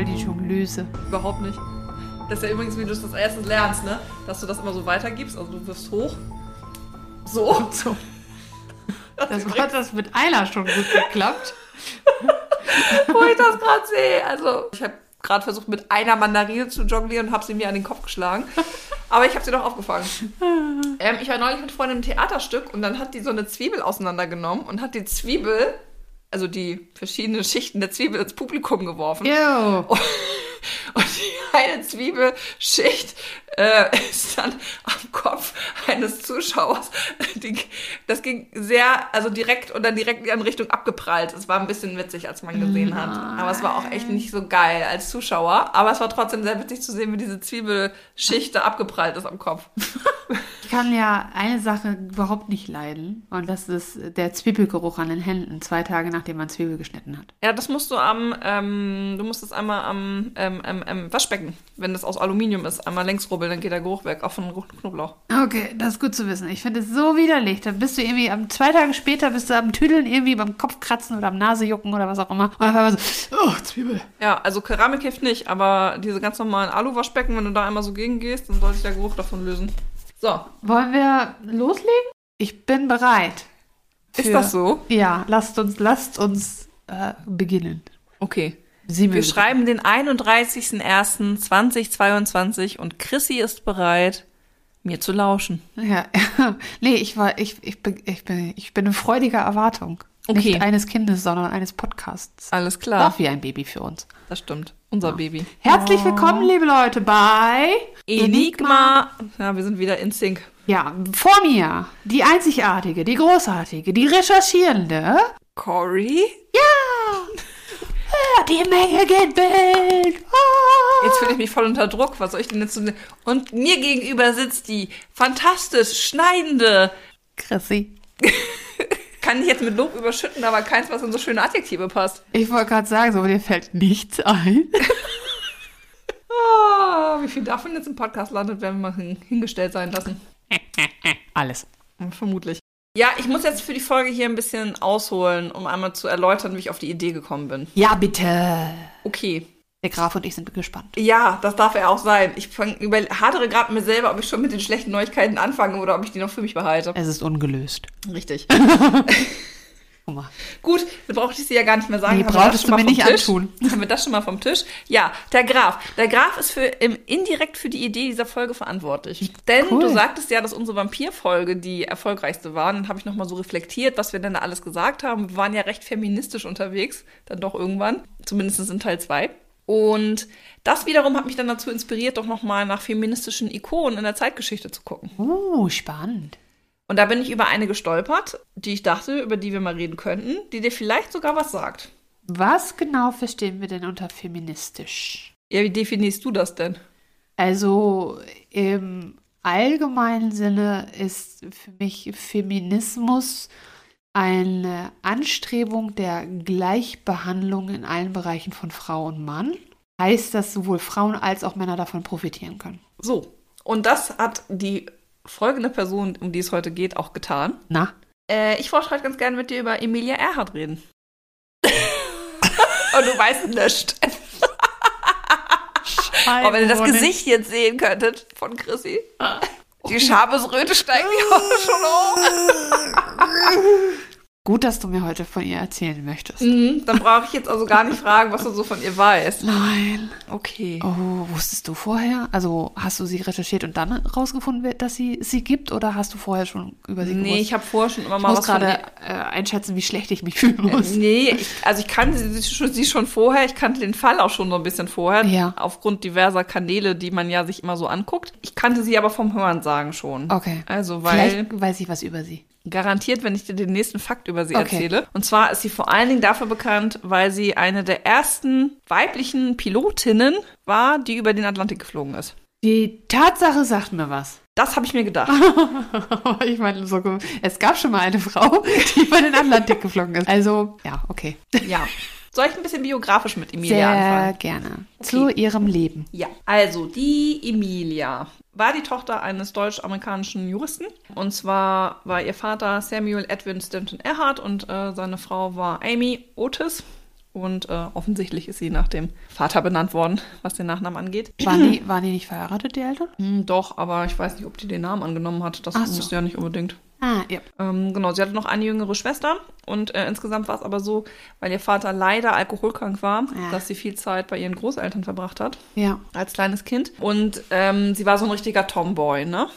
Analyse. Überhaupt nicht. Das ist ja übrigens, wie du das als erstes lernst, ne? Dass du das immer so weitergibst. Also du wirfst hoch. So. So. Das hat das mit Eila schon gut geklappt. Wo ich das gerade sehe. Also ich habe gerade versucht, mit einer Mandarine zu jonglieren und habe sie mir an den Kopf geschlagen. Aber ich habe sie doch aufgefangen. ähm, ich war neulich mit Freunden im Theaterstück und dann hat die so eine Zwiebel auseinandergenommen und hat die Zwiebel, also die verschiedenen Schichten der Zwiebel ins Publikum geworfen. Ew. Und die eine Zwiebelschicht äh, ist dann am Kopf eines Zuschauers. Die, das ging sehr, also direkt und dann direkt in Richtung abgeprallt. Es war ein bisschen witzig, als man gesehen hat. Aber es war auch echt nicht so geil als Zuschauer. Aber es war trotzdem sehr witzig zu sehen, wie diese Zwiebelschicht da abgeprallt ist am Kopf. Ich kann ja eine Sache überhaupt nicht leiden. Und das ist der Zwiebelgeruch an den Händen, zwei Tage nachdem man Zwiebel geschnitten hat. Ja, das musst du am, ähm, du musst es einmal am ähm, ähm, ähm, Waschbecken, wenn das aus Aluminium ist, einmal längs rubbeln, dann geht der Geruch weg, auch von roten Knoblauch. Okay, das ist gut zu wissen. Ich finde es so widerlich. Dann bist du irgendwie am zwei Tage später bist du am Tüdeln irgendwie beim Kopfkratzen oder am Nasejucken oder was auch immer. Und auf einmal so, oh, Zwiebel. Ja, also Keramik hilft nicht, aber diese ganz normalen Alu-Waschbecken, wenn du da einmal so gegengehst, dann soll sich der Geruch davon lösen. So, Wollen wir loslegen? Ich bin bereit. ist Für- das so? Ja, lasst uns, lasst uns äh, beginnen. Okay. Sie Wir schreiben den 31.01.2022 und Chrissy ist bereit, mir zu lauschen. Ja, nee, ich war, ich, ich bin, ich bin, ich bin in freudiger Erwartung. Okay. Nicht eines Kindes, sondern eines Podcasts. Alles klar. Auch wie ein Baby für uns. Das stimmt. Unser Baby. Herzlich willkommen, liebe Leute, bei Enigma. Ja, wir sind wieder in Sync. Ja, vor mir die einzigartige, die großartige, die recherchierende. Cory? Ah, Die Menge geht wild. Ah. Jetzt fühle ich mich voll unter Druck. Was soll ich denn jetzt so... Und mir gegenüber sitzt die fantastisch schneidende... Chrissy. Kann ich jetzt mit Lob überschütten, aber keins, was in so schöne Adjektive passt. Ich wollte gerade sagen, so dir fällt nichts ein. Ah, wie viel davon jetzt im Podcast landet, werden wir mal hin- hingestellt sein lassen. Alles. Vermutlich. Ja, ich muss jetzt für die Folge hier ein bisschen ausholen, um einmal zu erläutern, wie ich auf die Idee gekommen bin. Ja, bitte. Okay. Der Graf und ich sind gespannt. Ja, das darf er auch sein. Ich fang, über, hadere gerade mir selber, ob ich schon mit den schlechten Neuigkeiten anfange oder ob ich die noch für mich behalte. Es ist ungelöst. Äh, Richtig. Guck mal. Gut, dann brauchte ich sie ja gar nicht mehr sagen. Nee, Haben wir das brauchtest schon du mal mir vom nicht Tisch? antun. Haben wir das schon mal vom Tisch? Ja, der Graf. Der Graf ist für, im, indirekt für die Idee dieser Folge verantwortlich. Denn cool. du sagtest ja, dass unsere Vampirfolge die erfolgreichste war. Dann habe ich nochmal so reflektiert, was wir denn da alles gesagt haben. Wir waren ja recht feministisch unterwegs, dann doch irgendwann. Zumindest in Teil 2. Und das wiederum hat mich dann dazu inspiriert, doch nochmal nach feministischen Ikonen in der Zeitgeschichte zu gucken. Uh, spannend. Und da bin ich über eine gestolpert, die ich dachte, über die wir mal reden könnten, die dir vielleicht sogar was sagt. Was genau verstehen wir denn unter feministisch? Ja, wie definierst du das denn? Also im allgemeinen Sinne ist für mich Feminismus eine Anstrebung der Gleichbehandlung in allen Bereichen von Frau und Mann. Heißt, dass sowohl Frauen als auch Männer davon profitieren können. So, und das hat die folgende Person, um die es heute geht, auch getan. Na? Äh, ich wollte heute ganz gerne mit dir über Emilia Erhardt reden. und du weißt nicht. Aber Oh, wenn ihr das Gesicht jetzt sehen könntet von Chrissy. Die Schabesröte steigt mir auch schon hoch. Gut, dass du mir heute von ihr erzählen möchtest. Mhm, dann brauche ich jetzt also gar nicht fragen, was du so von ihr weißt. Nein. Okay. Oh, wusstest du vorher? Also hast du sie recherchiert und dann rausgefunden, wer- dass sie sie gibt oder hast du vorher schon über sie Nee, gewusst? ich habe vorher schon immer ich mal muss was von gerade ihr äh, einschätzen, wie schlecht ich mich fühlen muss. Nee, ich, also ich kannte sie, sie schon- sie schon vorher, ich kannte den Fall auch schon so ein bisschen vorher, Ja. aufgrund diverser Kanäle, die man ja sich immer so anguckt. Ich kannte sie aber vom Hörensagen schon. Okay. Also weil Vielleicht weiß ich was über sie. garantiert, wenn ich dir den nächsten Fakt über sie Okay. erzähle. Und zwar ist sie vor allen Dingen dafür bekannt, weil sie eine der ersten weiblichen Pilotinnen war, die über den Atlantik geflogen ist. Die Tatsache sagt mir was. Das habe ich mir gedacht. Ah. ich meine, so, ge- es gab schon mal eine Frau, die über den Atlantik geflogen ist. Also, ja, okay. ja. Soll ich ein bisschen biografisch mit Emilia Sehr anfangen? gerne. Zu ihrem Leben. Ja, also die Emilia war die Tochter eines deutsch-amerikanischen Juristen. Und zwar war ihr Vater Samuel Edwin Stanton Erhardt und äh, seine Frau war Amy Otis. Und äh, offensichtlich ist sie nach dem Vater benannt worden, was den Nachnamen angeht. Waren die, waren die nicht verheiratet, die Eltern? Hm, Doch, aber ich weiß nicht, ob die den Namen angenommen hat. Das Ach so. müsste ja nicht unbedingt. Ah, ja. Ähm, genau, sie hatte noch eine jüngere Schwester und äh, insgesamt war es aber so, weil ihr Vater leider alkoholkrank war, Ja. dass sie viel Zeit bei ihren Großeltern verbracht hat Ja. als kleines Kind. Und ähm, sie war so ein richtiger Tomboy, ne?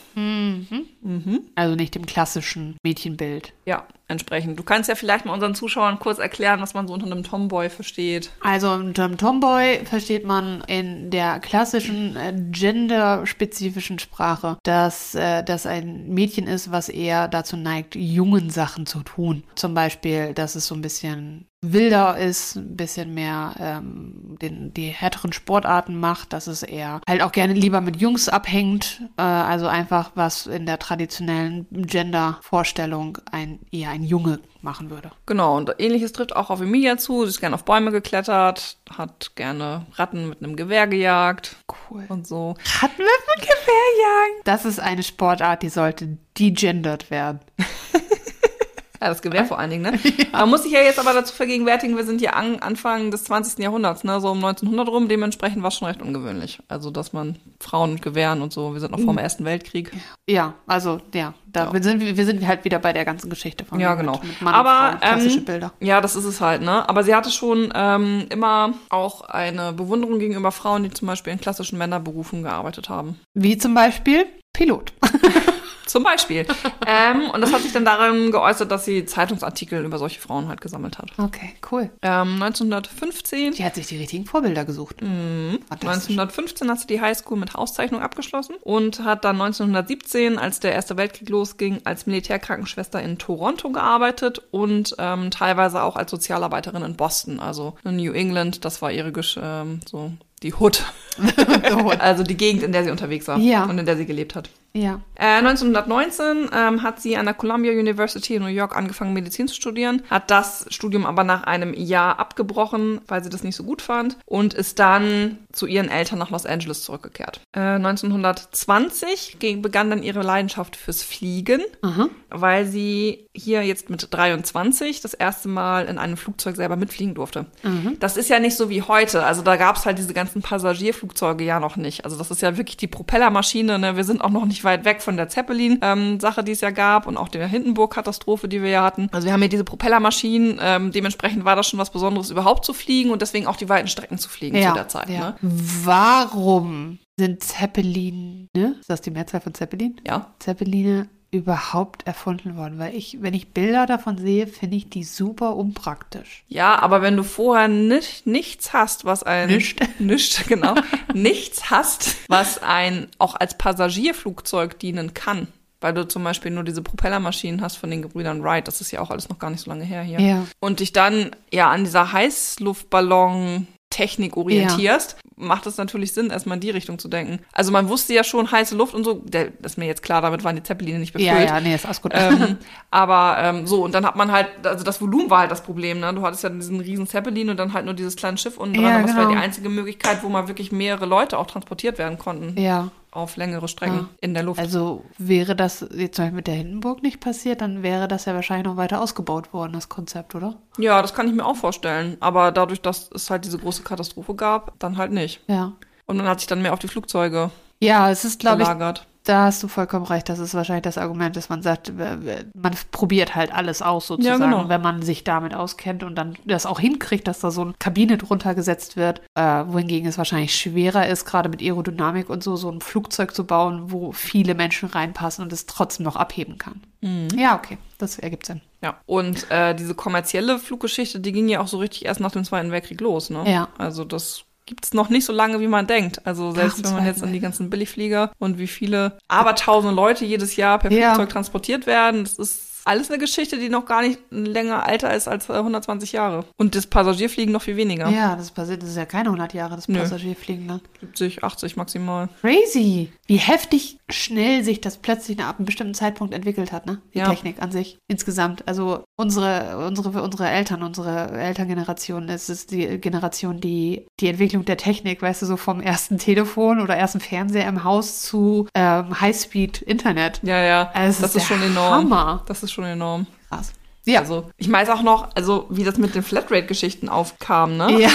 Also nicht im klassischen Mädchenbild. Ja, entsprechend. Du kannst ja vielleicht mal unseren Zuschauern kurz erklären, was man so unter einem Tomboy versteht. Also unter dem Tomboy versteht man in der klassischen äh, genderspezifischen Sprache, dass äh, das ein Mädchen ist, was eher dazu neigt, jungen Sachen zu tun. Zum Beispiel, dass es so ein bisschen wilder ist, ein bisschen mehr ähm, den, die härteren Sportarten macht, dass es eher halt auch gerne lieber mit Jungs abhängt. Äh, also einfach, was in der traditionellen Gender-Vorstellung ein, eher ein Junge machen würde. Genau, und ähnliches trifft auch auf Emilia zu. Sie ist gerne auf Bäume geklettert, hat gerne Ratten mit einem Gewehr gejagt Cool. und so. Rattenwürfelgewehrjagen. Das ist eine Sportart, die sollte degendert werden. Ja, das Gewehr vor allen Dingen, ne? Man muss sich ja jetzt aber dazu vergegenwärtigen, wir sind ja an, Anfang des 20. Jahrhunderts, ne? So um 1900 rum, dementsprechend war es schon recht ungewöhnlich. Also, dass man Frauen und Gewehren und so, wir sind noch vor dem Ersten Weltkrieg. Ja, also ja, da wir sind wir sind halt wieder bei der ganzen Geschichte von Ja, mit- genau. Mit Mann Aber und Frau, klassische ähm, Bilder. Ja, das ist es halt, ne? Aber sie hatte schon ähm, immer auch eine Bewunderung gegenüber Frauen, die zum Beispiel in klassischen Männerberufen gearbeitet haben. Wie zum Beispiel Pilot. Zum Beispiel. ähm, und das hat sich dann darin geäußert, dass sie Zeitungsartikel über solche Frauen halt gesammelt hat. Okay, cool. Ähm, 1915 Die hat sich die richtigen Vorbilder gesucht. Mhm. Fantastisch. 1915 hat sie die Highschool mit Auszeichnung abgeschlossen und hat dann 1917, als der Erste Weltkrieg losging, als Militärkrankenschwester in Toronto gearbeitet und ähm, teilweise auch als Sozialarbeiterin in Boston, also in New England. Das war ihre Gesch ähm, so die Hood, also die Gegend, in der sie unterwegs war Ja. und in der sie gelebt hat. ja. Äh, 1919 ähm, hat sie an der Columbia University in New York angefangen, Medizin zu studieren, hat das Studium aber nach einem Jahr abgebrochen, weil sie das nicht so gut fand und ist dann zu ihren Eltern nach Los Angeles zurückgekehrt. Äh, 1920 ging, begann dann ihre Leidenschaft fürs Fliegen, Aha. weil sie hier jetzt mit 23 das erste Mal in einem Flugzeug selber mitfliegen durfte. Mhm. Das ist ja nicht so wie heute. Also da gab's halt diese ganzen Passagierflugzeuge ja noch nicht. Also das ist ja wirklich die Propellermaschine. Ne? Wir sind auch noch nicht weit weg von der Zeppelin-Sache, die es ja gab und auch der Hindenburg-Katastrophe, die wir ja hatten. Also wir haben hier diese Propellermaschinen. Ähm, dementsprechend war das schon was Besonderes, überhaupt zu fliegen und deswegen auch die weiten Strecken zu fliegen ja. zu der Zeit. ja. Ne? Warum sind Zeppelin, ne? Ist das die Mehrzahl von Zeppelin? Ja. Zeppeline überhaupt erfunden worden, weil ich, wenn ich Bilder davon sehe, finde ich die super unpraktisch. Ja, aber wenn du vorher nicht, nichts hast, was ein Nischt. Nischt, genau, nichts hast, was ein auch als Passagierflugzeug dienen kann, weil du zum Beispiel nur diese Propellermaschinen hast von den Gebrüdern Wright, das ist ja auch alles noch gar nicht so lange her hier. Ja. Und dich dann ja an dieser Heißluftballon Technik orientierst, macht es natürlich Sinn, erstmal in die Richtung zu denken. Also man wusste ja schon heiße Luft und so, der, das ist mir jetzt klar, damit waren die Zeppeline nicht befüllt. Ja, ja, nee, ist alles gut. ähm, aber ähm, so, und dann hat man halt, also das Volumen war halt das Problem, ne? Du hattest ja diesen riesen Zeppelin und dann halt nur dieses kleine Schiff unten dran. Ja, und das war genau. die einzige Möglichkeit, wo mal wirklich mehrere Leute auch transportiert werden konnten ja. auf längere Strecken Ja. in der Luft. Also wäre das jetzt zum Beispiel mit der Hindenburg nicht passiert, dann wäre das ja wahrscheinlich noch weiter ausgebaut worden, das Konzept, oder? Ja, das kann ich mir auch vorstellen. Aber dadurch, dass es halt diese große Katastrophe gab, dann halt nicht. Ja. Und man hat sich dann mehr auf die Flugzeuge Ja, es ist, glaube ich, gelagert. da hast du vollkommen recht. Das ist wahrscheinlich das Argument, dass man sagt, äh, man probiert halt alles aus sozusagen. Ja, genau. Wenn man sich damit auskennt und dann das auch hinkriegt, dass da so ein Kabine drunter gesetzt wird, äh, wohingegen es wahrscheinlich schwerer ist, gerade mit Aerodynamik und so, so ein Flugzeug zu bauen, wo viele Menschen reinpassen und es trotzdem noch abheben kann. Mhm. Ja, okay, das ergibt Sinn. Ja. Und äh, diese kommerzielle Fluggeschichte, die ging ja auch so richtig erst nach dem Zweiten Weltkrieg los, ne? Ja. Also das gibt's noch nicht so lange, wie man denkt. Also selbst dem wenn man Zweiten jetzt an die ganzen Billigflieger und wie viele abertausende Leute jedes Jahr per Ja. Flugzeug transportiert werden, das ist alles eine Geschichte, die noch gar nicht länger älter ist als äh, 120 Jahre. Und das Passagierfliegen noch viel weniger. Ja, das passiert, das ist ja keine 100 Jahre, das Nö. Passagierfliegen dann. 70, 80 maximal. ne? Crazy, wie heftig schnell sich das plötzlich ab einem bestimmten Zeitpunkt entwickelt hat, ne? Die Ja. Technik an sich insgesamt. Also unsere, unsere, unsere Eltern, unsere Elterngeneration, es ist die Generation, die die Entwicklung der Technik, weißt du, so vom ersten Telefon oder ersten Fernseher im Haus zu ähm, Highspeed Internet. Ja, ja. Also, das ist der schon enorm. Hammer. Das ist schon enorm. Krass. Ja. Also, ich weiß auch noch, also wie das mit den Flatrate-Geschichten aufkam, ne? Ja,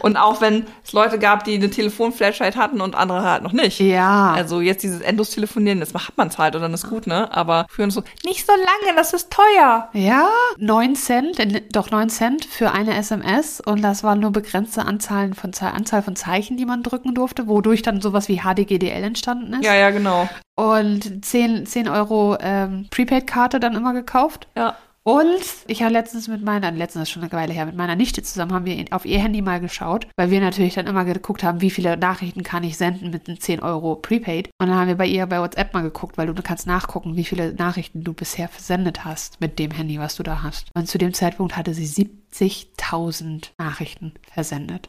Und auch wenn es Leute gab, die eine Telefonflatrate hatten und andere halt noch nicht. ja. Also jetzt dieses endlos telefonieren, jetzt hat man es halt und dann ist gut, ne? Aber früher so, nicht so lange, das ist teuer. Ja, 9 Cent, äh, doch 9 Cent für eine SMS und das waren nur begrenzte Anzahlen von, Ze- Anzahl von Zeichen, die man drücken durfte, wodurch dann sowas wie HDGDL entstanden ist. Ja, ja, genau. Und 10, 10 Euro ähm, Prepaid-Karte dann immer gekauft. Ja. Und ich habe letztens mit meiner, letztens ist schon eine Weile her, mit meiner Nichte zusammen haben wir in- auf ihr Handy mal geschaut, weil wir natürlich dann immer geguckt haben, wie viele Nachrichten kann ich senden mit einem 10 Euro Prepaid. Und dann haben wir bei ihr bei WhatsApp mal geguckt, weil du kannst nachgucken, wie viele Nachrichten du bisher versendet hast mit dem Handy, was du da hast. Und zu dem Zeitpunkt hatte sie 70.000 Nachrichten versendet.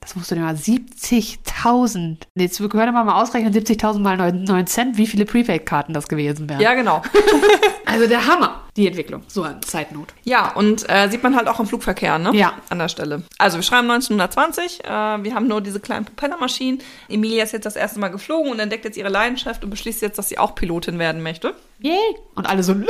Das musst du dir mal 70.000. Jetzt können wir mal ausrechnen, 70.000 mal 9, Cent, wie viele Prepaid-Karten das gewesen wären. Ja, genau. Also der Hammer, die Entwicklung. So eine Zeitnot. Ja, und äh, sieht man halt auch im Flugverkehr, ne? Ja. An der Stelle. Also wir schreiben 1920, äh, wir haben nur diese kleinen Propellermaschinen. Emilia ist jetzt das erste Mal geflogen und entdeckt jetzt ihre Leidenschaft und beschließt jetzt, dass sie auch Pilotin werden möchte. Yay. Und alle so, nein.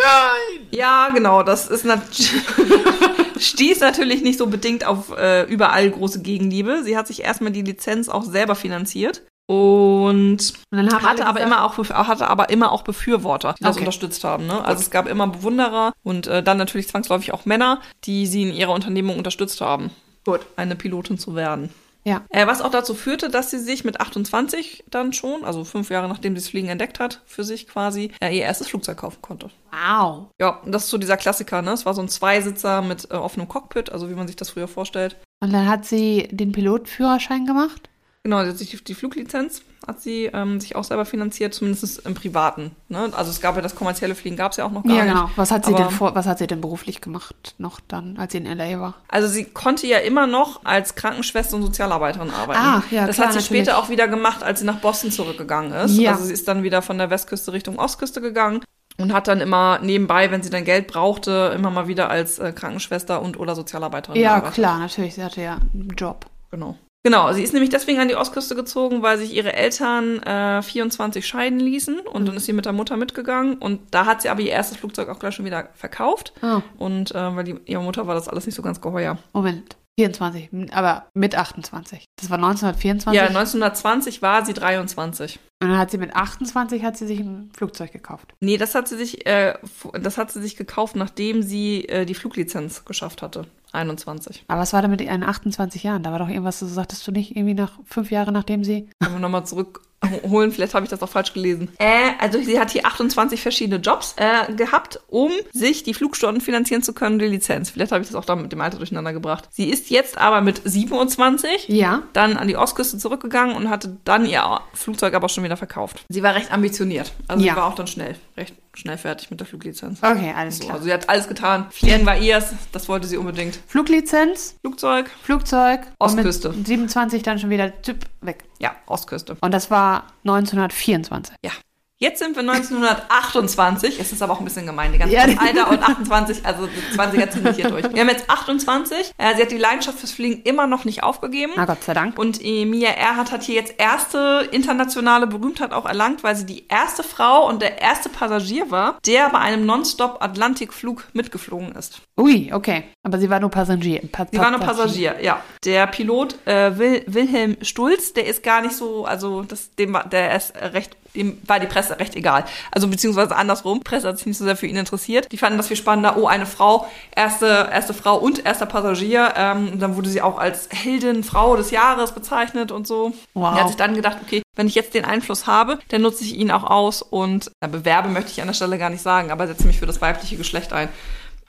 Ja, genau, das ist natürlich. Stieß natürlich nicht so bedingt auf äh, überall große Gegenliebe. Sie hat sich erstmal die Lizenz auch selber finanziert und Und dann haben hatte alle aber, gesagt, immer auch, bef- hatte aber immer auch Befürworter, die das Okay. unterstützt haben. Ne? Also es gab immer Bewunderer und äh, dann natürlich zwangsläufig auch Männer, die sie in ihrer Unternehmung unterstützt haben, Gut. eine Pilotin zu werden. Ja. Äh, was auch dazu führte, dass sie sich mit 28 dann schon, also fünf Jahre nachdem sie das Fliegen entdeckt hat, für sich quasi äh, ihr erstes Flugzeug kaufen konnte. Wow. Ja, und das ist so dieser Klassiker, ne? Es war so ein Zweisitzer mit äh, offenem Cockpit, also wie man sich das früher vorstellt. Und dann hat sie den Pilotführerschein gemacht. Genau, sie hat sich die, die Fluglizenz hat sie ähm, sich auch selber finanziert, zumindest im Privaten. Ne? Also es gab ja das kommerzielle Fliegen, gab es ja auch noch gar nicht. genau. Was hat sie Aber- denn vor, was hat sie denn beruflich gemacht noch dann, als sie in LA war? Also sie konnte ja immer noch als Krankenschwester und Sozialarbeiterin arbeiten. Ah, ja, das klar, hat sie natürlich. später auch wieder gemacht, als sie nach Boston zurückgegangen ist. Ja. Also sie ist dann wieder von der Westküste Richtung Ostküste gegangen und hat dann immer nebenbei, wenn sie dann Geld brauchte, immer mal wieder als äh, Krankenschwester und oder Sozialarbeiterin Ja, gearbeitet. klar, natürlich. Sie hatte ja einen Job. Genau. Genau, sie ist nämlich deswegen an die Ostküste gezogen, weil sich ihre Eltern äh, 24 scheiden ließen und dann ist sie mit der Mutter mitgegangen und da hat sie aber ihr erstes Flugzeug auch gleich schon wieder verkauft Ah, und äh, weil die, ihrer Mutter war das alles nicht so ganz geheuer. Moment. 24, aber mit 28. Das war 1924. Ja, 1920 war sie 23. und dann hat sie mit 28 hat sie sich ein Flugzeug gekauft. Nee, das hat sie sich, äh, fu- das hat sie sich gekauft, nachdem sie äh, die Fluglizenz geschafft hatte. 21. Aber was war damit in 28 Jahren? Da war doch irgendwas, du sagtest du nicht, irgendwie nach fünf Jahren, nachdem sie. Können wir nochmal zurückholen? Vielleicht habe ich das auch falsch gelesen. Äh, also sie hat hier 28 verschiedene Jobs äh, gehabt, um sich die Flugstunden finanzieren zu können, und die Lizenz. Vielleicht habe ich das auch dann mit dem Alter durcheinander gebracht. Sie ist jetzt aber mit 27 Ja. dann an die Ostküste zurückgegangen und hatte dann ihr Flugzeug aber schon wieder verkauft. Sie war recht ambitioniert. Also Ja. sie war auch dann schnell, recht schnell fertig mit der Fluglizenz. Okay, alles So, klar. also sie hat alles getan. Fliegen war ihrs, das wollte sie unbedingt. Fluglizenz, Flugzeug, Flugzeug. Ostküste. Und mit 27 dann schon wieder typ weg. ja, Ostküste. Und das war 1924. Ja. Jetzt sind wir 1928. Es ist aber auch ein bisschen gemein, die ganze Ja. Zeit. Alter und 28, also die 20er ziehen sich hier durch. Wir haben jetzt 28. Äh, sie hat die Leidenschaft fürs Fliegen immer noch nicht aufgegeben. Na Gott sei Dank. Und äh, Mia Earhart hat hier jetzt erste internationale Berühmtheit auch erlangt, weil sie die erste Frau und der erste Passagier war, der bei einem Nonstop-Atlantikflug mitgeflogen ist. Ui, okay. Aber sie war nur Passagier. Pa Sie war nur Passagier, ja. Der Pilot äh, Wil Wilhelm Stulz, der ist gar nicht so, also das, dem war, der ist recht, dem war die Presse recht egal. Also beziehungsweise andersrum, Presse hat sich nicht so sehr für ihn interessiert. Die fanden das viel spannender. Oh, eine Frau, erste, erste Frau und erster Passagier. Ähm, und dann wurde sie auch als Heldin, Frau des Jahres bezeichnet und so. Wow. Er hat sich dann gedacht, okay, wenn ich jetzt den Einfluss habe, dann nutze ich ihn auch aus und äh, bewerbe möchte ich an der Stelle gar nicht sagen, aber setze mich für das weibliche Geschlecht ein.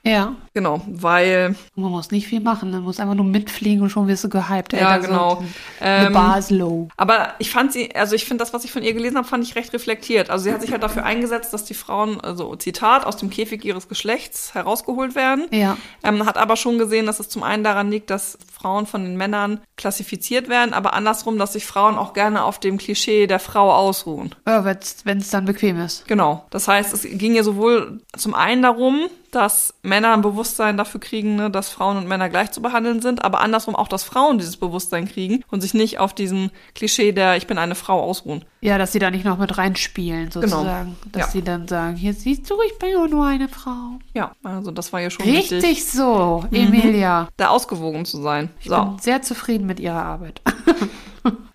Ja. Genau, weil Man muss nicht viel machen. Man muss einfach nur mitfliegen und schon wirst du gehypt. Ey, Ja, das ist genau. so- The Ähm, bar is low. Aber ich fand sie, also ich finde das, was ich von ihr gelesen habe, fand ich recht reflektiert. Also sie hat sich halt dafür eingesetzt, dass die Frauen, also Zitat, aus dem Käfig ihres Geschlechts herausgeholt werden. Ja. Ähm, hat aber schon gesehen, dass es zum einen daran liegt, dass Frauen von den Männern klassifiziert werden, aber andersrum, dass sich Frauen auch gerne auf dem Klischee der Frau ausruhen. Ja, Wenn es dann bequem ist. Genau. Das heißt, es ging ihr sowohl zum einen darum, dass Männer ein Bewusstsein dafür kriegen, ne, dass Frauen und Männer gleich zu behandeln sind, aber andersrum auch, dass Frauen dieses Bewusstsein kriegen und sich nicht auf diesem Klischee der Ich bin eine Frau ausruhen. Ja, dass sie da nicht noch mit reinspielen, sozusagen. Dass Genau. Ja. sie dann sagen, hier siehst du, ich bin ja nur eine Frau. Ja, also das war ja schon Richtig, wichtig, so, Emilia. da ausgewogen zu sein. Ich Mhm. So. bin sehr zufrieden mit ihrer Arbeit.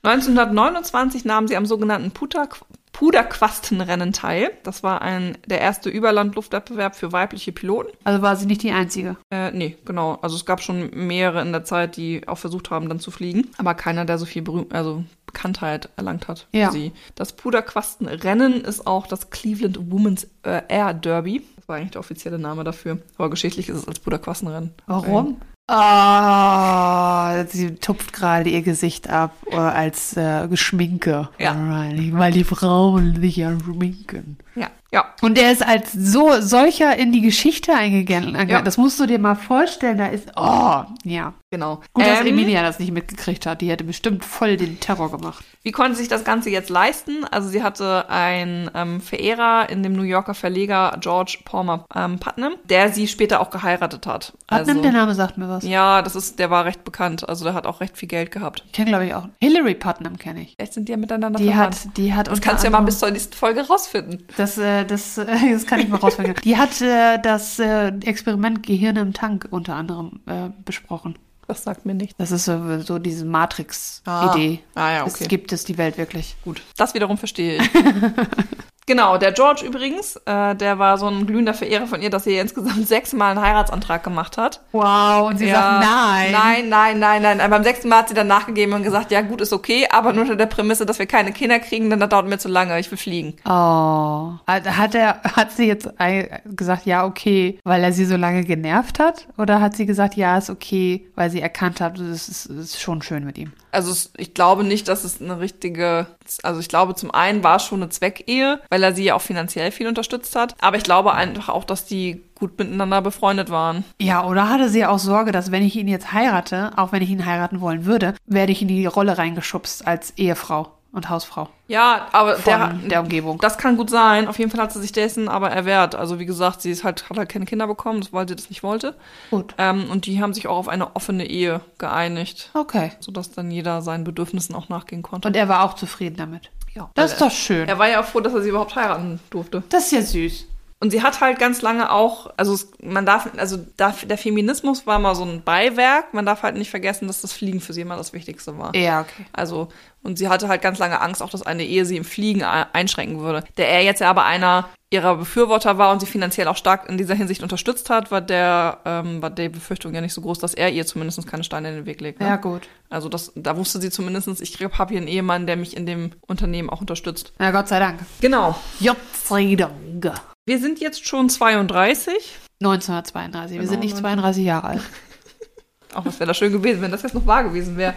1929 nahm sie am sogenannten Puter Puderquastenrennen teil. Das war ein, der erste Überlandluftwettbewerb für weibliche Piloten. Also war sie nicht die Einzige. Äh, nee, genau. Also es gab schon mehrere in der Zeit, die auch versucht haben, dann zu fliegen. Aber keiner, der so viel Berühm also Bekanntheit erlangt hat Ja. wie sie. Das Puderquastenrennen ist auch das Cleveland Women's äh, Air Derby. Das war eigentlich der offizielle Name dafür. Aber geschichtlich ist es als Puderquastenrennen. Warum? Ah, sie tupft gerade ihr Gesicht ab äh, als äh, Geschminke. Ja. Alright, Weil die Frauen sich ja schminken. Ja, ja. Und er ist als so solcher in die Geschichte eingegangen. Ja. Das musst du dir mal vorstellen. Da ist, oh, ja. Genau. Gut, dass Ähm, Emilia das nicht mitgekriegt hat. Die hätte bestimmt voll den Terror gemacht. Wie konnte sich das Ganze jetzt leisten? Also sie hatte einen ähm, Verehrer in dem New Yorker Verleger George Palmer ähm, Putnam, der sie später auch geheiratet hat. Putnam, also, der Name sagt mir was. ja, das ist, der war recht bekannt. Also der hat auch recht viel Geld gehabt. Ich kenne, glaube ich, auch. Hillary Putnam kenne ich. Vielleicht sind die ja miteinander Die verwandt. hat, die hat das kannst du ja mal bis zur nächsten Folge rausfinden. Das, äh, das, äh, das kann ich mal rausfinden. Die hat äh, das äh, Experiment Gehirne im Tank unter anderem äh, besprochen. Das sagt mir nicht. Das ist so, so diese Ah. Matrix-Idee. Ah ja, Es okay. gibt es die Welt wirklich. Gut, das wiederum verstehe ich. genau, der George übrigens, äh, der war so ein glühender Verehrer von ihr, dass sie ihr insgesamt sechsmal einen Heiratsantrag gemacht hat. Wow, und sie Ja. sagt nein. Nein, nein, nein, nein. Aber beim sechsten Mal hat sie dann nachgegeben und gesagt, ja gut, ist okay, aber nur unter der Prämisse, dass wir keine Kinder kriegen, denn das dauert mir zu lange, ich will fliegen. Oh. Hat, hat er, hat sie jetzt ei- gesagt, ja, okay, weil er sie so lange genervt hat? Oder hat sie gesagt, ja, ist okay, weil sie erkannt hat, es ist, es ist schon schön mit ihm? Also es- ich glaube nicht, dass es eine richtige, also ich glaube zum einen war es schon eine Zweckehe, weil er sie ja auch finanziell viel unterstützt hat, aber ich glaube einfach auch, dass die gut miteinander befreundet waren. Ja, oder hatte sie auch Sorge, dass wenn ich ihn jetzt heirate, auch wenn ich ihn heiraten wollen würde, werde ich in die Rolle reingeschubst als Ehefrau und Hausfrau Ja, aber von der, der, Umgebung. das kann gut sein. Auf jeden Fall hat sie sich dessen aber erwehrt. Also wie gesagt, sie ist halt, hat halt keine Kinder bekommen, das- weil sie das nicht wollte. Gut. Ähm, und die haben sich auch auf eine offene Ehe geeinigt. Okay. sodass dann jeder seinen Bedürfnissen auch nachgehen konnte. Und er war auch zufrieden damit. Ja, Das weil ist doch schön. Er war ja auch froh, dass er sie überhaupt heiraten durfte. Das ist ja süß. Und sie hat halt ganz lange auch, also es, man darf, also darf, der Feminismus war mal so ein Beiwerk. Man darf halt nicht vergessen, dass das Fliegen für sie immer das Wichtigste war. Ja, okay. Also, und sie hatte halt ganz lange Angst, auch dass eine Ehe sie im Fliegen ei- einschränken würde. Der er jetzt ja aber einer ihrer Befürworter war und sie finanziell auch stark in dieser Hinsicht unterstützt hat, war der, ähm, war die Befürchtung ja nicht so groß, dass er ihr zumindest keine Steine in den Weg legt. Ne? Ja, gut. Also das, da wusste sie zumindestens, ich habe hier einen Ehemann, der mich in dem Unternehmen auch unterstützt. Na, Gott sei Dank. Genau. Gott sei Dank. Wir sind jetzt schon 32. 1932. Wir Genau, sind nicht neun- 32 Jahre alt. Auch das wäre da schön gewesen, wenn das jetzt noch wahr gewesen wäre.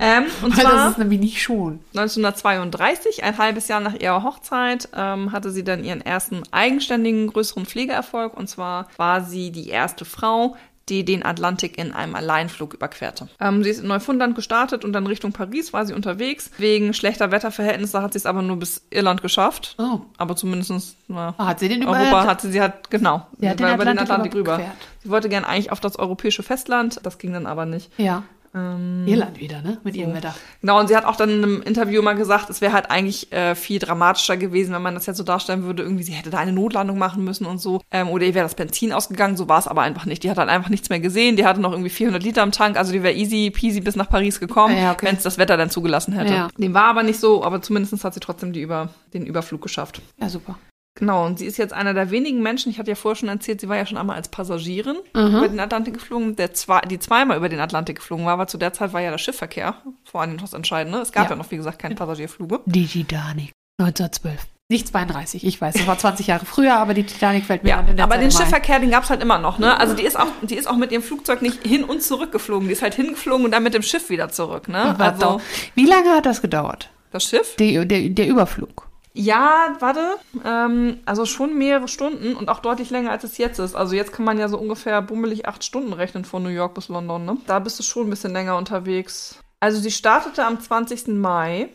ähm, und Weil das zwar ist nämlich nicht schon. 1932, ein halbes Jahr nach ihrer Hochzeit, ähm, hatte sie dann ihren ersten eigenständigen größeren Pflegeerfolg. Und zwar war sie die erste Frau, die den Atlantik in einem Alleinflug überquerte. Ähm, sie ist in Neufundland gestartet und dann Richtung Paris war sie unterwegs. Wegen schlechter Wetterverhältnisse hat sie es aber nur bis Irland geschafft. Oh. Aber zumindest na, Ah, Hat sie den über- Europa hatte sie hat genau Sie hat den war Atlantik überquert. Sie wollte gern eigentlich auf das europäische Festland, das ging dann aber nicht. Ja. Ähm, Irland wieder, ne? Mit ihrem Wetter. Genau, und sie hat auch dann in einem Interview mal gesagt, es wäre halt eigentlich äh, viel dramatischer gewesen, wenn man das jetzt so darstellen würde, irgendwie sie hätte da eine Notlandung machen müssen und so. Ähm, oder ihr wäre das Benzin ausgegangen, so war es aber einfach nicht. Die hat dann einfach nichts mehr gesehen, die hatte noch irgendwie 400 Liter im Tank, also die wäre easy peasy bis nach Paris gekommen, Ah Ja, okay. wenn es das Wetter dann zugelassen hätte. Ja. Dem war aber nicht so, aber zumindest hat sie trotzdem die über, den Überflug geschafft. Ja, super. Genau, und sie ist jetzt einer der wenigen Menschen, ich hatte ja vorher schon erzählt, sie war ja schon einmal als Passagierin Mhm. über den Atlantik geflogen. Der zwei, die zweimal über den Atlantik geflogen war, weil zu der Zeit war ja der Schiffverkehr vor allem das Entscheidende. Es gab ja, Ja. noch, wie gesagt, keine Passagierflüge. Die Titanic. 1912. Nicht 32, ich weiß. Das war 20 Jahre früher, aber die Titanic fällt mir Ja, dann in der aber Zeit den immer ein. Schiffverkehr, den gab's halt immer noch, ne? Also die ist auch, die ist auch mit ihrem Flugzeug nicht hin und zurück geflogen. Die ist halt hingeflogen und dann mit dem Schiff wieder zurück, ne? War Also doch- Wie lange hat das gedauert? das Schiff? Die, der, der Überflug. Ja, warte. Ähm, also schon mehrere Stunden und auch deutlich länger, als es jetzt ist. Also jetzt kann man ja so ungefähr bummelig acht Stunden rechnen von New York bis London, ne? Da bist du schon ein bisschen länger unterwegs. Also sie startete am 20. Mai.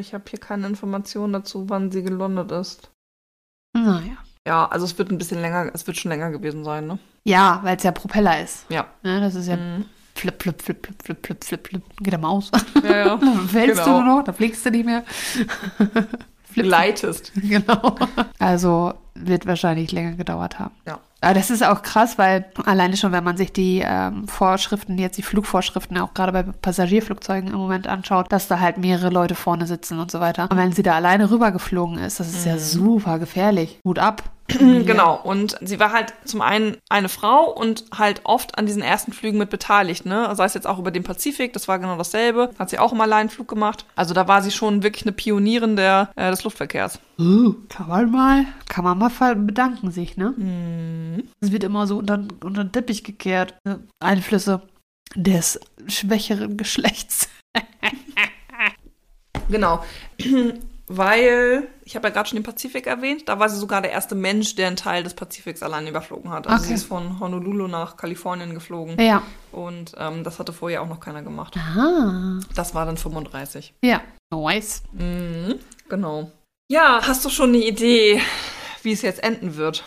Ich habe hier keine Informationen dazu, wann sie gelondet ist. Naja. Ja, also es wird ein bisschen länger, es wird schon länger gewesen sein, ne? Ja, weil es ja Propeller ist. Ja. Ne? Das ist ja Mhm. flip, flip, flip, flip, flip, flip, flip, flip. Geht am Aus. Ja, ja. Dann fällst Genau. du nur noch, dann fliegst du nicht mehr. flip, Leitest. Genau. Also wird wahrscheinlich länger gedauert haben. Ja. Aber das ist auch krass, weil alleine schon, wenn man sich die ähm, Vorschriften, jetzt die Flugvorschriften auch gerade bei Passagierflugzeugen im Moment anschaut, dass da halt mehrere Leute vorne sitzen und so weiter. Und wenn sie da alleine rübergeflogen ist, das ist ja super gefährlich. Hut ab. Genau. Und sie war halt zum einen eine Frau und halt oft an diesen ersten Flügen mit beteiligt, ne? Sei es jetzt auch über den Pazifik, das war genau dasselbe. Hat sie auch im Alleinflug gemacht. Also da war sie schon wirklich eine Pionierin der, äh, des Luftverkehrs. Uh, kann man mal, kann man mal ver- bedanken sich, ne? Mhm. Es wird immer so unter, unter den Teppich gekehrt. ne? Einflüsse des schwächeren Geschlechts. Genau. Weil, ich habe ja gerade schon den Pazifik erwähnt, da war sie sogar der erste Mensch, der einen Teil des Pazifiks allein überflogen hat. Also Okay. sie ist von Honolulu nach Kalifornien geflogen. Ja. Und ähm, das hatte vorher auch noch keiner gemacht. Ah. Das war dann 35. Ja. Nice. Mhm, genau. Ja, hast du schon eine Idee, wie es jetzt enden wird?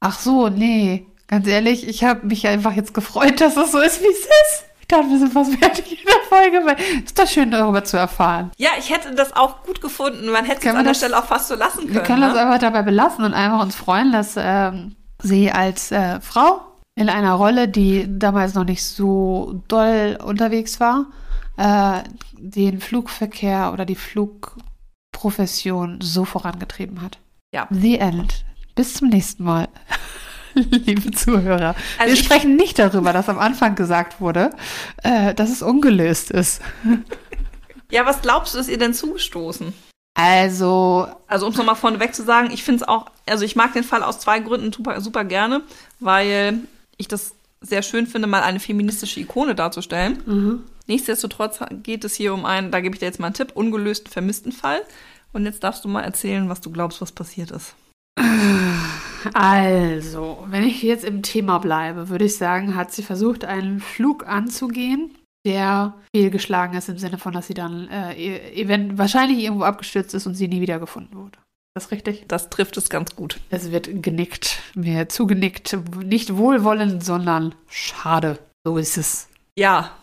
Ach so, nee. Ganz ehrlich, ich habe mich einfach jetzt gefreut, dass das so ist, wie es ist. Ich dachte, wir sind fast fertig in der Folge, weil ist doch schön, darüber zu erfahren. Ja, ich hätte das auch gut gefunden. Man hätte es Können wir an der das- Stelle auch fast so lassen können. Wir können das ne? einfach dabei belassen und einfach uns freuen, dass ähm, sie als äh, Frau in einer Rolle, die damals noch nicht so doll unterwegs war, äh, den Flugverkehr oder die Flugprofession so vorangetrieben hat. Ja. The End. Bis zum nächsten Mal, liebe Zuhörer. Also wir ich- sprechen nicht darüber, dass am Anfang gesagt wurde, äh, dass es ungelöst ist. ja, was glaubst du, ist ihr denn zugestoßen? Also, Also um es nochmal vorneweg zu sagen, ich finde es auch, also ich mag den Fall aus zwei Gründen super, super gerne, weil ich das sehr schön finde, mal eine feministische Ikone darzustellen. Nichtsdestotrotz geht es hier um einen, da gebe ich dir jetzt mal einen Tipp, ungelösten Vermisstenfall. Und jetzt darfst du mal erzählen, was du glaubst, was passiert ist. also, wenn ich jetzt im Thema bleibe, würde ich sagen, hat sie versucht, einen Flug anzugehen, der fehlgeschlagen ist im Sinne von, dass sie dann äh, e- event wahrscheinlich irgendwo abgestürzt ist und sie nie wiedergefunden wurde. Ist das richtig? Das trifft es ganz gut. Es wird genickt, mir zugenickt, nicht wohlwollend, sondern schade. So ist es. Ja.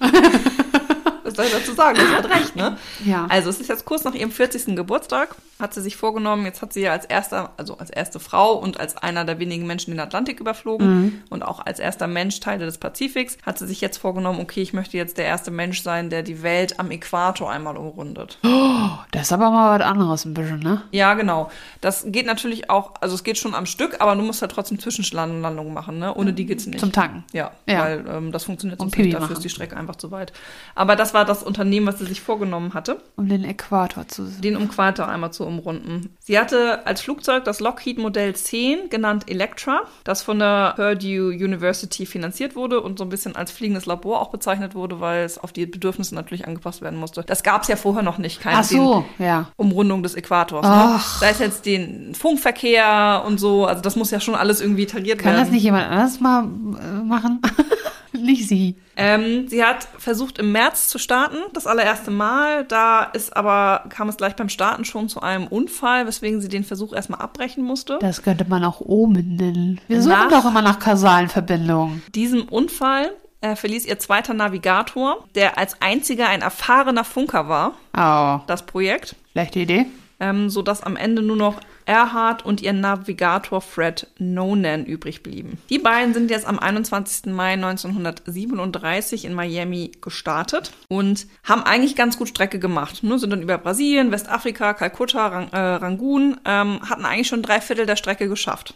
Was soll ich dazu sagen? Das hat recht, ne? Ja. Also es ist jetzt kurz nach ihrem 40. Geburtstag, hat sie sich vorgenommen, jetzt hat sie ja als erster, also als erste Frau und als einer der wenigen Menschen den Atlantik überflogen und auch als erster Mensch Teile des Pazifiks, hat sie sich jetzt vorgenommen, okay, ich möchte jetzt der erste Mensch sein, der die Welt am Äquator einmal umrundet. Oh, Das ist aber mal was anderes ein bisschen, ne? Ja, genau. Das geht natürlich auch, also es geht schon am Stück, aber du musst halt trotzdem Zwischenlandungen machen, ne? Ohne die geht's nicht. Zum Tanken. Ja, Ja. weil ähm, das funktioniert Und sonst Pipi nicht, dafür machen. ist die Strecke einfach zu weit. Aber das war das Unternehmen, was sie sich vorgenommen hatte, Um den Äquator zu sehen. den Umquator einmal zu umrunden. Sie hatte als Flugzeug das Lockheed Modell 10, genannt Electra, das von der Purdue University finanziert wurde und so ein bisschen als fliegendes Labor auch bezeichnet wurde, weil es auf die Bedürfnisse natürlich angepasst werden musste. Das gab es ja vorher noch nicht, keine Ach so, ja. Umrundung des Äquators. Ne? Ach. Sei es jetzt den Funkverkehr und so, also das muss ja schon alles irgendwie tariert Kann werden. das nicht jemand anders mal äh, machen? nicht sie. Ähm, sie hat versucht, im März zu starten, das allererste Mal. Da ist aber, kam es gleich beim Starten schon zu einem Unfall, weswegen sie den Versuch erstmal abbrechen musste. Das könnte man auch Omen nennen. Wir suchen Nach- doch immer nach kausalen Verbindungen. Diesem Unfall äh, verließ ihr zweiter Navigator, der als einziger ein erfahrener Funker war, Oh, das Projekt, schlechte Idee. ähm, sodass am Ende nur noch Erhard und ihr Navigator Fred Nonan übrig blieben. Die beiden sind jetzt am 21. Mai 1937 in Miami gestartet und haben eigentlich ganz gut Strecke gemacht. Ne? Sind dann über Brasilien, Westafrika, Kalkutta, Rang, äh, Rangoon, ähm, hatten eigentlich schon drei Viertel der Strecke geschafft